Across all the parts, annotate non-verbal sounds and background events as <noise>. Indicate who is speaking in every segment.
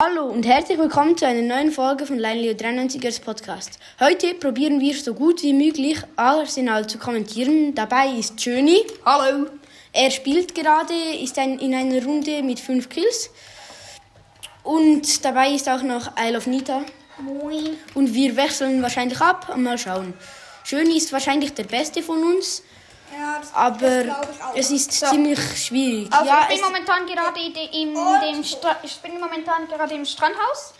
Speaker 1: Hallo und herzlich willkommen zu einer neuen Folge von Leinleo 93ers Podcast. Heute probieren wir so gut wie möglich Arsenal zu kommentieren. Dabei ist Schöni.
Speaker 2: Hallo.
Speaker 1: Er spielt gerade, ist ein, in einer Runde mit 5 Kills. Und dabei ist auch noch Isle of Nita.
Speaker 2: Moin.
Speaker 1: Und wir wechseln wahrscheinlich ab. Mal schauen. Schöni ist wahrscheinlich der Beste von uns,
Speaker 3: Ja, das, das
Speaker 1: aber
Speaker 3: glaub ich auch.
Speaker 1: es ist ziemlich schwierig.
Speaker 2: Also
Speaker 1: ja,
Speaker 2: ich bin
Speaker 1: es,
Speaker 2: momentan gerade in de- im, dem Stra ich bin momentan gerade im Strandhaus.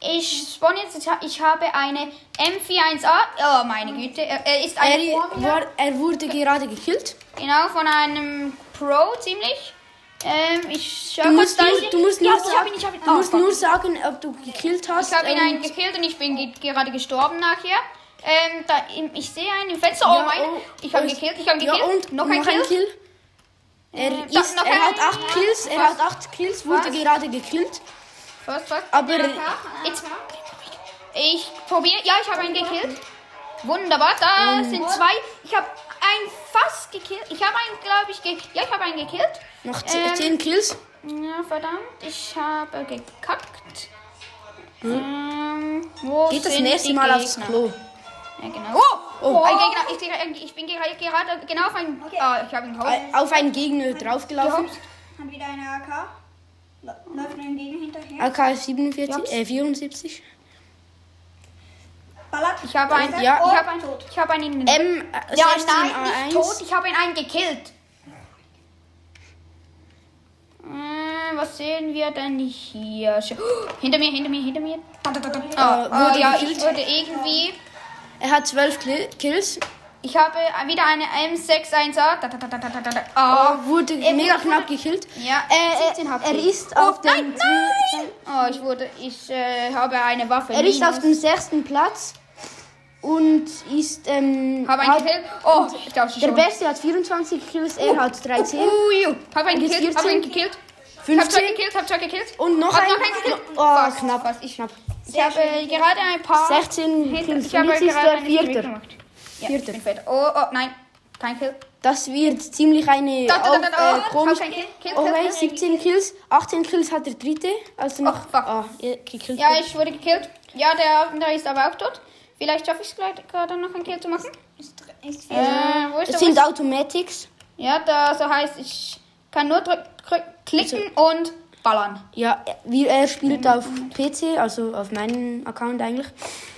Speaker 2: Ich spawn jetzt, ich ha- ich habe eine M41A, oh meine Güte, er- er ist eine
Speaker 1: er,
Speaker 2: vor mir.
Speaker 1: war, er wurde gerade gekillt.
Speaker 2: Genau, von einem Pro ziemlich. Ähm, ich schau
Speaker 1: Du musst,
Speaker 2: kurz, da
Speaker 1: nur,
Speaker 2: ist er.
Speaker 1: du musst, nur,
Speaker 2: ja, ich hab
Speaker 1: sagen,
Speaker 2: ihn, ich hab ihn.
Speaker 1: du
Speaker 2: oh,
Speaker 1: musst
Speaker 2: fuck.
Speaker 1: nur sagen, ob du gekillt hast. ähm,
Speaker 2: Ich habe ihn
Speaker 1: und-
Speaker 2: einen gekillt und ich bin ge gerade gestorben nachher. Ähm, da, im- ich sehe einen im Fenster.
Speaker 1: Ja,
Speaker 2: oh mein,
Speaker 1: oh,
Speaker 2: ich habe
Speaker 1: und-
Speaker 2: gekillt, ich habe
Speaker 1: Ja,
Speaker 2: gekillt.
Speaker 1: und
Speaker 2: noch ein Kill.
Speaker 1: Er,
Speaker 2: Ähm, da-
Speaker 1: ist,
Speaker 2: noch
Speaker 1: er
Speaker 2: ein-
Speaker 1: hat 8
Speaker 2: ja,
Speaker 1: Kills, er
Speaker 2: fast.
Speaker 1: hat 8 Kills, wurde
Speaker 2: Fast.
Speaker 1: gerade gekillt.
Speaker 2: Was, was?
Speaker 1: Aber-
Speaker 2: Jetzt, ich probiere. Ja, ich habe einen gekillt. Wunderbar, da sind zwei. Ich habe einen fast gekillt. Ich habe einen, glaube ich, gekillt. Ja, ich habe einen gekillt.
Speaker 1: Noch
Speaker 2: Ähm,
Speaker 1: 10 Kills.
Speaker 2: Ja, verdammt, ich habe gekackt. Ähm, wo
Speaker 1: Hm? Geht das
Speaker 2: sind
Speaker 1: nächste
Speaker 2: die
Speaker 1: Mal
Speaker 2: Gegner?
Speaker 1: aufs Klo.
Speaker 2: Ja, genau. Oh!
Speaker 1: Oh.
Speaker 2: Ein Gegner, ich, sehe- ich bin gerade, gerade genau auf einen. Ah, ich habe ihn gehauen.
Speaker 1: Äh, Auf einen Gegner draufgelaufen.
Speaker 2: Gehopst.
Speaker 3: Hat wieder eine AK.
Speaker 1: Oh.
Speaker 3: Lä- Läuft einem Gegner hinterher.
Speaker 1: AK 47,
Speaker 2: Jobs.
Speaker 1: äh, 74. Also,
Speaker 3: Ballert.
Speaker 2: Ich habe einen.
Speaker 1: Ja,
Speaker 2: ich habe
Speaker 3: Und
Speaker 2: einen.
Speaker 3: tot.
Speaker 2: Ich habe einen. in den-
Speaker 1: M äh,
Speaker 2: ja,
Speaker 1: 16
Speaker 2: nein, nicht tot.
Speaker 1: A1.
Speaker 2: Ich habe ihn einen gekillt. Hm, Was sehen wir denn hier? Sch- <gasps> Oh, Hinter mir, hinter mir, hinter mir. Da, da, da, da. Ah,
Speaker 1: Äh,
Speaker 2: ah,
Speaker 1: wurde
Speaker 2: ja,
Speaker 1: gekillt?
Speaker 2: ich wurde irgendwie.
Speaker 1: Er hat 12 Kill- Kills.
Speaker 2: Ich habe äh, wieder eine M61A. Da, da, da, da, da, da, da. Ah.
Speaker 1: Er wurde mega knapp gekillt.
Speaker 2: Ja,
Speaker 1: Oh. Äh,
Speaker 2: 17
Speaker 1: er-
Speaker 2: HP.
Speaker 1: er ist
Speaker 2: Oh,
Speaker 1: auf dem
Speaker 2: nein, nein! Oh, ich wurde. Ich äh, habe eine Waffe.
Speaker 1: Er ist
Speaker 2: Minus.
Speaker 1: auf dem sechsten Platz und ist ähm,
Speaker 2: Habe einen
Speaker 1: hat-
Speaker 2: gekillt. Oh, ich glaube schon. Uh, Oh,
Speaker 1: der Beste hat 24 Kills, er hat 13
Speaker 2: Ui, hab einen
Speaker 1: Und jetzt
Speaker 2: gekillt, hab
Speaker 1: 14.
Speaker 2: einen gekillt.
Speaker 1: 15.
Speaker 2: Hab zwei gekillt, hab zwei gekillt.
Speaker 1: und noch
Speaker 2: Hab
Speaker 1: ein
Speaker 2: noch einen gekillt.
Speaker 1: Oh,
Speaker 2: Fast,
Speaker 1: knapp,
Speaker 2: fast. Ich,
Speaker 1: knapp.
Speaker 2: ich habe äh, gerade ein paar...
Speaker 1: 16
Speaker 2: Hit-
Speaker 1: Kills.
Speaker 2: Ich habe
Speaker 1: Jetzt ist
Speaker 2: gerade
Speaker 1: der
Speaker 2: eine Hit
Speaker 1: Vierter.
Speaker 2: gemacht. Ja,
Speaker 1: Vierter.
Speaker 2: ich bin Vierter. Oh, oh, nein. Kein Kill.
Speaker 1: Das wird ziemlich eine
Speaker 2: Da, da, da, da, da.
Speaker 1: auf- äh,
Speaker 2: Hab
Speaker 1: komische.
Speaker 2: keinen Kill. Kill,
Speaker 1: Oh
Speaker 2: Kill,
Speaker 1: nein,
Speaker 2: Kill.
Speaker 1: 17 Kills, 18 Kills hat der dritte, also noch
Speaker 2: fuck.
Speaker 1: ah, ihr gekillt.
Speaker 2: Ja,
Speaker 1: wird.
Speaker 2: ich wurde gekillt. Ja, der andere ist aber auch tot. Vielleicht schaffe ich es gleich gerade noch einen Kill zu machen.
Speaker 3: Ist, dr- ist viel.
Speaker 2: Äh, wo ist
Speaker 1: es
Speaker 2: der?
Speaker 1: sind Automatics.
Speaker 2: Ja, da so heißt, ich kann nur drück, drück, klicken
Speaker 1: Also-
Speaker 2: und ballern.
Speaker 1: Ja, wie er spielt auf PC, also auf meinem Account eigentlich.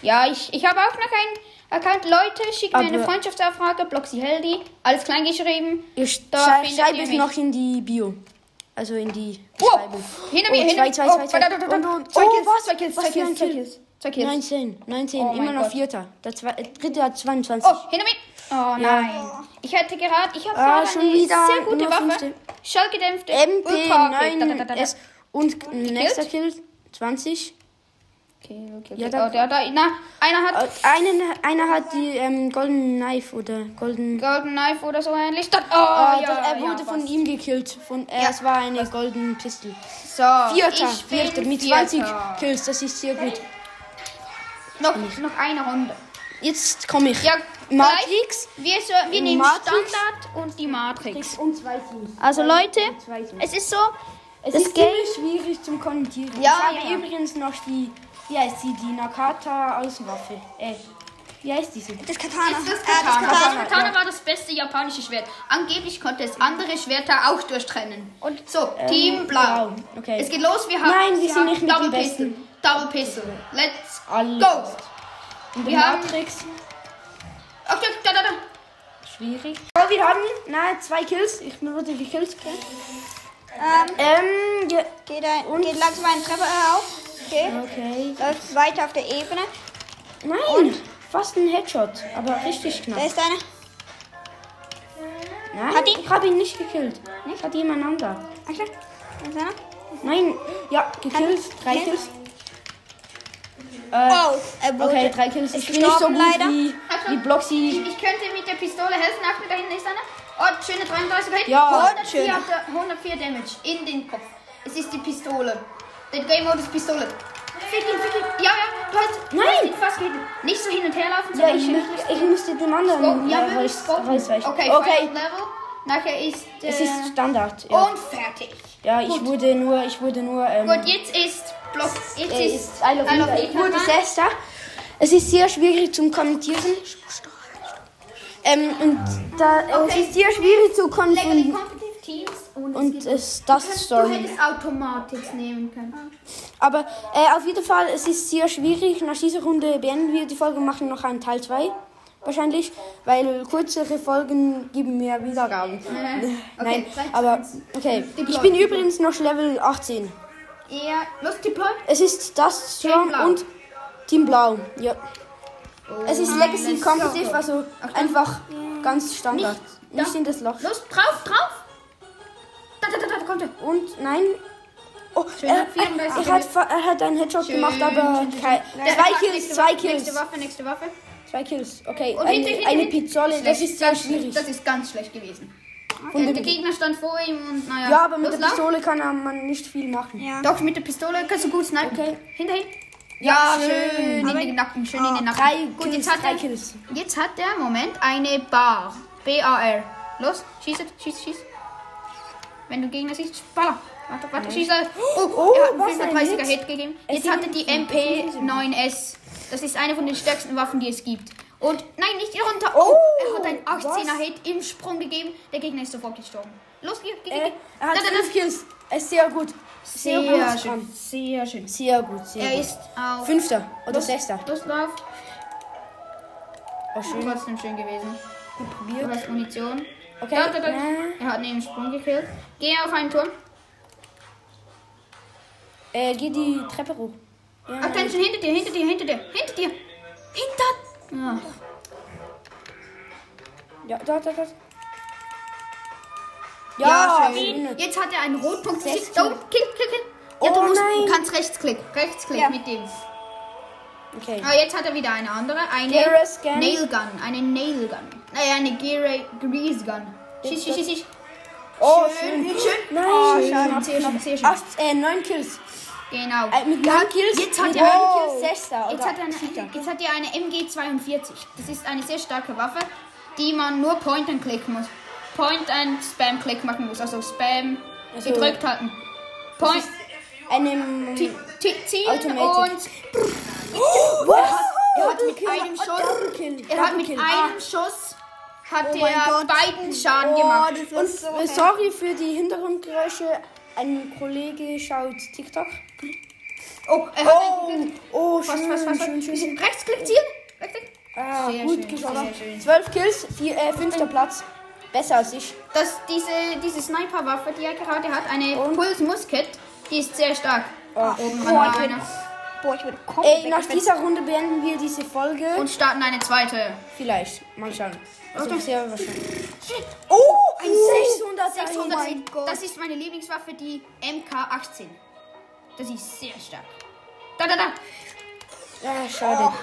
Speaker 2: Ja, ich, ich habe auch noch einen Account. Leute, schickt mir eine
Speaker 1: Aber-
Speaker 2: Freundschaftsanfrage, block sie Heldi, alles klein geschrieben.
Speaker 1: Ihr sch
Speaker 2: Da
Speaker 1: schrei-
Speaker 2: findet
Speaker 1: schreibt
Speaker 2: ihr
Speaker 1: es
Speaker 2: mich.
Speaker 1: noch in die Bio. Also in die
Speaker 2: Wow,
Speaker 1: Beschreibung.
Speaker 2: hinter mir,
Speaker 1: Oh,
Speaker 2: hinter
Speaker 1: zwei,
Speaker 2: mir.
Speaker 1: zwei,
Speaker 2: Oh,
Speaker 1: zwei, zwei.
Speaker 2: verdammt, verdammt.
Speaker 1: Und, und,
Speaker 2: Zwei
Speaker 1: oh,
Speaker 2: Kills,
Speaker 1: was?
Speaker 2: zwei Kills,
Speaker 1: Was
Speaker 2: zwei
Speaker 1: für ein
Speaker 2: Kills, zwei
Speaker 1: Kill?
Speaker 2: Kills, zwei Kills.
Speaker 1: 19, 19,
Speaker 2: Oh
Speaker 1: immer
Speaker 2: mein
Speaker 1: noch
Speaker 2: Gott.
Speaker 1: Vierter. Der zwei, äh, dritte hat 22.
Speaker 2: Oh, hinter mir. Oh nein. Ich hätte gerade, ich habe
Speaker 1: Ah,
Speaker 2: gerade
Speaker 1: schon
Speaker 2: eine
Speaker 1: wieder
Speaker 2: sehr gute
Speaker 1: Nummer
Speaker 2: Waffe.
Speaker 1: fünfte.
Speaker 2: Schallgedämpfte.
Speaker 1: MP9S.
Speaker 2: MP9S.
Speaker 1: Und nächster Kill, 20.
Speaker 2: Okay, okay,
Speaker 1: Ja,
Speaker 2: okay.
Speaker 1: da- Ah.
Speaker 2: oh, der, da, na, einer hat
Speaker 1: Und einen, einer hat die ähm, Golden Knife oder Golden...
Speaker 2: Golden Knife oder so ähnlich. Das, oh,
Speaker 1: Ah,
Speaker 2: ja,
Speaker 1: der- er wurde
Speaker 2: ja,
Speaker 1: von
Speaker 2: fast.
Speaker 1: ihm gekillt. Von, äh,
Speaker 2: Ja,
Speaker 1: es war eine Golden Pistol.
Speaker 2: So,
Speaker 1: Vierter,
Speaker 2: ich bin
Speaker 1: Vierter mit
Speaker 2: Vierter.
Speaker 1: 20 Kills, das ist sehr gut.
Speaker 2: Noch, noch eine Runde.
Speaker 1: Jetzt komme ich.
Speaker 2: Ja,
Speaker 1: Matrix.
Speaker 2: gleich. Wir, so, wir nehmen
Speaker 1: Matrix.
Speaker 2: Standard und die Matrix.
Speaker 1: Und zwei Teams.
Speaker 2: Also Leute,
Speaker 1: Zwei Teams.
Speaker 2: es ist so, es
Speaker 1: Das
Speaker 2: ist Game.
Speaker 1: ist ziemlich schwierig zum Kommentieren.
Speaker 2: Ja,
Speaker 1: ich habe
Speaker 2: ja.
Speaker 1: übrigens noch die, wie heißt sie, die Nakata als Waffe. Äh, wie heißt diese?
Speaker 3: Das Katana.
Speaker 2: Das
Speaker 3: Äh, das
Speaker 2: Katana. Das
Speaker 3: Katana.
Speaker 2: Katana war das beste japanische Schwert. Angeblich konnte es andere Schwerter auch durchtrennen. Und so, Team Blau.
Speaker 1: Blau, äh, okay.
Speaker 2: Es geht los, wir haben,
Speaker 1: Nein, wir sind
Speaker 2: haben
Speaker 1: nicht mit
Speaker 2: Double
Speaker 1: den
Speaker 2: Pistol. Double Pistol. Let's
Speaker 1: Alles.
Speaker 2: go.
Speaker 1: Und
Speaker 2: Wir haben-
Speaker 1: Matrix.
Speaker 2: Okay, da, da, da.
Speaker 1: Schwierig. Oh, wir haben, nein, zwei Kills. Ich wurde gekillt.
Speaker 3: Ähm,
Speaker 1: Ähm, ja.
Speaker 3: geht, ein, geht langsam eine Treppe auf. Okay.
Speaker 1: Okay.
Speaker 3: Läuft weiter auf der Ebene.
Speaker 1: Nein, fast ein Headshot, aber richtig
Speaker 3: Da
Speaker 2: Äh,
Speaker 1: knapp.
Speaker 3: ist einer.
Speaker 1: Nein, ich habe ihn nicht gekillt. Nicht? Hat jemand anderes.
Speaker 3: Ach, da ist einer.
Speaker 1: Nein, ja, gekillt. Drei
Speaker 3: Nein.
Speaker 1: Kills.
Speaker 3: Oh, er
Speaker 1: Äh,
Speaker 3: wurde.
Speaker 1: Okay, drei Kills. Ich
Speaker 3: Ist
Speaker 1: bin nicht so
Speaker 3: gestorben,
Speaker 1: gut
Speaker 3: leider.
Speaker 1: wie, wie Bloxy.
Speaker 2: Halt Ich könnte mit der Pistole helfen. Achtung, da hinten ist einer. Oh, schöne 33 Hit.
Speaker 1: Ja,
Speaker 2: 104,
Speaker 3: schön.
Speaker 2: hat er- 104 Damage in den Kopf. Es ist die Pistole. Der Game Mode ist Pistole. Fick ihn, fick ihn. Ja, ja, du hast, du hast
Speaker 1: Nein.
Speaker 2: ihn fast gehittet. Nicht so hin und her laufen,
Speaker 1: Ja,
Speaker 2: sondern
Speaker 1: ich,
Speaker 2: schön.
Speaker 1: mü- ich müsste den anderen
Speaker 2: Oh, ja,
Speaker 1: äh,
Speaker 2: möglichst
Speaker 1: Reus- Reus weichen.
Speaker 2: Okay, okay.
Speaker 1: okay.
Speaker 2: Level. Nachher ist. Äh,
Speaker 1: Es ist Standard. Ja,
Speaker 2: Und fertig.
Speaker 1: ja ich wurde nur, ich wurde nur. Ähm,
Speaker 2: Gut, jetzt ist Block. Jetzt
Speaker 1: Äh,
Speaker 2: ist
Speaker 1: ist I Love
Speaker 2: I
Speaker 1: You
Speaker 2: Love
Speaker 1: ein
Speaker 2: You
Speaker 1: gutes
Speaker 2: dran.
Speaker 1: Ester. Es ist sehr schwierig zum Kommentieren. Ähm, und da,
Speaker 2: Okay.
Speaker 1: es ist sehr schwierig zu
Speaker 2: Legacy
Speaker 1: kommentieren.
Speaker 2: Competitive Teams und,
Speaker 1: Und
Speaker 2: es
Speaker 1: es,
Speaker 2: gibt,
Speaker 1: das
Speaker 2: du
Speaker 1: soll.
Speaker 2: hättest Automatics nehmen können.
Speaker 1: Aber äh, auf jeden Fall, es ist sehr schwierig. Nach dieser Runde beenden wir die Folge und machen noch einen Teil 2. Wahrscheinlich, weil kürzere Folgen geben mehr
Speaker 2: <laughs>
Speaker 1: Wiedergaben. Nein,
Speaker 2: vielleicht
Speaker 1: aber okay. Ich bin übrigens noch Level 18.
Speaker 2: Ja, los Deploy.
Speaker 1: Es ist das Storm
Speaker 2: Blau.
Speaker 1: und Team Blau. Ja. es ist Legacy Competitive, also einfach ganz Standard.
Speaker 2: da.
Speaker 1: Nicht, in das Loch.
Speaker 2: Los, drauf, drauf. Da, da, da, da, kommt er.
Speaker 1: Und nein. Oh,
Speaker 2: Schön,
Speaker 1: er,
Speaker 2: vielen Dank.
Speaker 1: er, er, hat, fa- er hat einen Headshot gemacht, aber kein,
Speaker 2: Der-
Speaker 1: zwei Kills,
Speaker 2: nächste
Speaker 1: zwei
Speaker 2: Waffe,
Speaker 1: Kills.
Speaker 2: Nächste Waffe, nächste Waffe.
Speaker 1: Zwei Kills, okay.
Speaker 2: Und
Speaker 1: eine
Speaker 2: hinter, hinter,
Speaker 1: eine
Speaker 2: hinter.
Speaker 1: Pizzolle, das ist sehr
Speaker 2: ganz
Speaker 1: schwierig.
Speaker 2: Das ist ganz schlecht gewesen.
Speaker 1: Und
Speaker 2: Der,
Speaker 1: mit-
Speaker 2: der Gegner stand vor ihm und naja.
Speaker 1: ja, aber mit
Speaker 2: Los,
Speaker 1: der
Speaker 2: lauf.
Speaker 1: Pistole kann er- man nicht viel machen.
Speaker 3: Ja.
Speaker 2: Doch, mit der Pistole kannst du gut snipen.
Speaker 1: Okay.
Speaker 2: Hinterhin. Ja,
Speaker 1: Ja, schön. Ah,
Speaker 2: schön. In den Nacken, schön in den Nacken.
Speaker 1: Drei
Speaker 2: gut,
Speaker 1: Kills,
Speaker 2: jetzt hat
Speaker 1: drei
Speaker 2: er,
Speaker 1: Kills.
Speaker 2: Jetzt hat der Moment eine Bar. B-A-R. Los, schießt, schießt, schießt. Wenn du Gegner siehst, baller. Warte, warte, schießt er. Oh,
Speaker 1: Oh,
Speaker 2: er hat
Speaker 1: was ein
Speaker 2: einen 35er
Speaker 1: Hit.
Speaker 2: Hit gegeben.
Speaker 1: Es
Speaker 2: Jetzt
Speaker 1: sind-
Speaker 2: hat er die MP9S. Das ist eine von den stärksten Waffen, die es gibt. Und nein, nicht hier runter. Oh,
Speaker 1: Oh,
Speaker 2: er hat einen
Speaker 1: was?
Speaker 2: 18er Hit im Sprung gegeben. Der Gegner ist sofort gestorben. Los, geh, geh, geh.
Speaker 1: Er,
Speaker 2: geh.
Speaker 1: er hat
Speaker 2: Da, da, da.
Speaker 1: fünf Kills. Er ist sehr gut. Sehr,
Speaker 2: Sehr
Speaker 1: gut.
Speaker 2: schön.
Speaker 1: dran.
Speaker 2: Sehr schön.
Speaker 1: Sehr gut, sehr
Speaker 2: Er
Speaker 1: gut.
Speaker 2: ist auf
Speaker 1: Fünfter oder Sechster.
Speaker 2: Los, lauf.
Speaker 1: Oh, schön.
Speaker 2: Trotzdem schön gewesen.
Speaker 1: Gut
Speaker 2: Du
Speaker 1: probiert.
Speaker 2: hast Munition.
Speaker 1: Okay.
Speaker 2: Da, da, da.
Speaker 1: Na.
Speaker 2: Er hat neben Sprung gekillt. Geh auf einen Turm.
Speaker 1: Äh, geh die Treppe hoch. Ja, nein.
Speaker 2: Attention, hinter dir, hinter dir, hinter dir, hinter dir. Hinter. Ja.
Speaker 1: ja, da, da, da.
Speaker 2: Ja,
Speaker 1: Ja,
Speaker 2: schön.
Speaker 1: schön.
Speaker 2: Oh, Jetzt hat er einen Rotpunkt. Da,
Speaker 1: Sechs
Speaker 2: oben. kill, kill, kill. Ja,
Speaker 1: Oh,
Speaker 2: du musst,
Speaker 1: nein.
Speaker 2: kannst rechtsklick, rechtsklick mit dem.
Speaker 1: Okay.
Speaker 2: Ah, jetzt hat er wieder eine andere. Eine
Speaker 1: Gearless Gun.
Speaker 2: Nail Gun. Eine Nail Gun. Naja, eine Gear Grease Gun. Schieß, schieß, schieß, schieß.
Speaker 1: Oh,
Speaker 2: Schön,
Speaker 1: schön.
Speaker 2: schön.
Speaker 1: Nein.
Speaker 2: Oh, schön, sehr schön, sehr schön.
Speaker 1: Acht, äh, neun Kills.
Speaker 2: Genau.
Speaker 1: Äh, mit neun Kills.
Speaker 2: jetzt hat
Speaker 1: mit
Speaker 2: er-
Speaker 1: neun Kills Sechster.
Speaker 2: Jetzt
Speaker 1: oder
Speaker 2: hat, er
Speaker 1: Siebter.
Speaker 2: eine, jetzt hat er eine MG42. Das ist eine sehr starke Waffe, die man nur Point and Click muss. Point and Spam Click machen muss. Also Spam
Speaker 1: Also,
Speaker 2: gedrückt halten. Point,
Speaker 1: einem.
Speaker 2: T- T- Ziel
Speaker 1: hm. Automatic.
Speaker 2: und
Speaker 1: Was?
Speaker 2: er hat mit einem Schuss, er hat mit einem Schuss Ah. hat
Speaker 1: Oh mein
Speaker 2: er
Speaker 1: Gott.
Speaker 2: beiden Schaden
Speaker 3: Oh,
Speaker 2: gemacht.
Speaker 3: das
Speaker 1: Und
Speaker 3: ist so
Speaker 1: äh, sorry für die Hintergrundgeräusche. Ein Kollege schaut TikTok.
Speaker 2: Oh, er hat
Speaker 1: Oh,
Speaker 2: einen,
Speaker 1: oh
Speaker 2: was,
Speaker 1: schön,
Speaker 2: was, was, was,
Speaker 1: schön, schön.
Speaker 2: Rechtsklick zielen. Rechtsklick.
Speaker 1: Ah,
Speaker 2: Sehr
Speaker 1: gut
Speaker 2: schön,
Speaker 1: geschossen.
Speaker 2: sehr schön.
Speaker 1: Zwölf Kills, vier, äh, fünfter Platz. Besser als ich.
Speaker 2: dass diese, diese Sniper-Waffe, die er gerade hat, eine
Speaker 1: Und?
Speaker 2: Puls-Musket, die ist sehr stark.
Speaker 1: Oh.
Speaker 2: Oben
Speaker 1: Oh,
Speaker 2: war
Speaker 1: ich
Speaker 2: einer.
Speaker 3: Boah, ich würde kommen.
Speaker 1: Ey, nach dieser Runde beenden wir diese Folge.
Speaker 2: Und starten eine zweite.
Speaker 1: Vielleicht. Mal schauen. Also
Speaker 2: Okay.
Speaker 1: sehr wahrscheinlich.
Speaker 2: Shit,
Speaker 1: Oh, ein 600,
Speaker 2: 600
Speaker 1: 600.
Speaker 2: Hit. Das ist meine Lieblingswaffe, die MK18. Das ist sehr stark. Da, da, da.
Speaker 1: Ja, schade.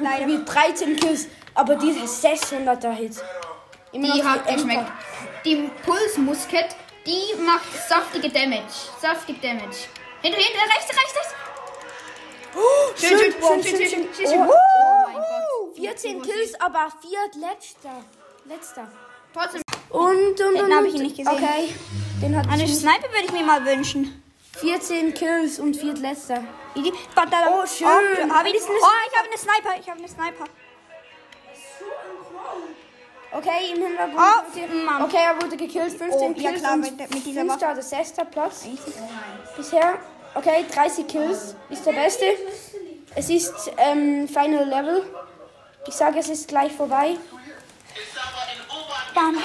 Speaker 1: Leider. Mit 13 Kills. Aber diese 600er Hit. Immer
Speaker 2: Die
Speaker 1: noch
Speaker 2: hat
Speaker 1: MK.
Speaker 2: geschmeckt. Die Puls-Musket, die macht saftige Damage. Saftig Damage. Hinter, hinter, rechts, rechts, rechts.
Speaker 1: Oh,
Speaker 2: Schön, schön, schön, schön, schön, schön, schön.
Speaker 1: Oh,
Speaker 2: Oh mein Gott.
Speaker 1: 14 Kills, aber viertletzter. Letzter.
Speaker 2: Trotzdem.
Speaker 1: Und, und, und.
Speaker 3: Den hab ich
Speaker 1: und.
Speaker 3: nicht gesehen.
Speaker 1: Okay. Den hat
Speaker 3: Eine Sniper würde ich mir mal wünschen.
Speaker 1: 14 Kills und viertletzter.
Speaker 3: Oh,
Speaker 1: schön.
Speaker 3: Oh, hab ich,
Speaker 1: Ist eine-
Speaker 3: oh, ich habe eine Sniper. Ich habe eine Sniper.
Speaker 1: Okay, im Hintergrund.
Speaker 3: Oh,
Speaker 1: okay.
Speaker 3: Mann.
Speaker 1: okay, er wurde gekillt. 15
Speaker 3: Oh,
Speaker 1: Kills
Speaker 3: ja klar,
Speaker 1: und
Speaker 3: mit der- mit dieser
Speaker 1: fünfter oder sechster Platz. Bisher. Okay, 30 Kills ist der beste. Es ist ähm, Final Level. Ich sage, es ist gleich vorbei.
Speaker 3: Bam.
Speaker 1: Oh, 600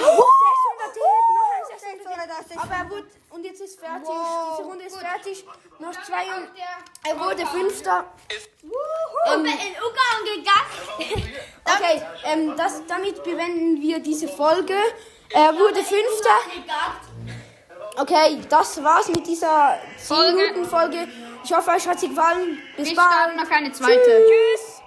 Speaker 1: Hit, noch ein 600 Hit.
Speaker 3: 600, das ist-
Speaker 1: Aber er wurde, und jetzt ist fertig,
Speaker 2: Wow,
Speaker 1: diese Runde ist
Speaker 2: gut.
Speaker 1: fertig. Noch zwei und
Speaker 2: Er
Speaker 1: er wurde fünfter. Um,
Speaker 2: in Ungarn gegangen.
Speaker 1: Okay, ähm, das, damit bewenden wir diese Folge. Er wurde fünfter. Okay, das war's mit dieser 10
Speaker 2: Folge.
Speaker 1: Minuten Folge. Ich hoffe, euch hat sie gefallen. Bis
Speaker 2: Wir
Speaker 1: bald.
Speaker 2: starten noch eine zweite.
Speaker 1: Tschüss.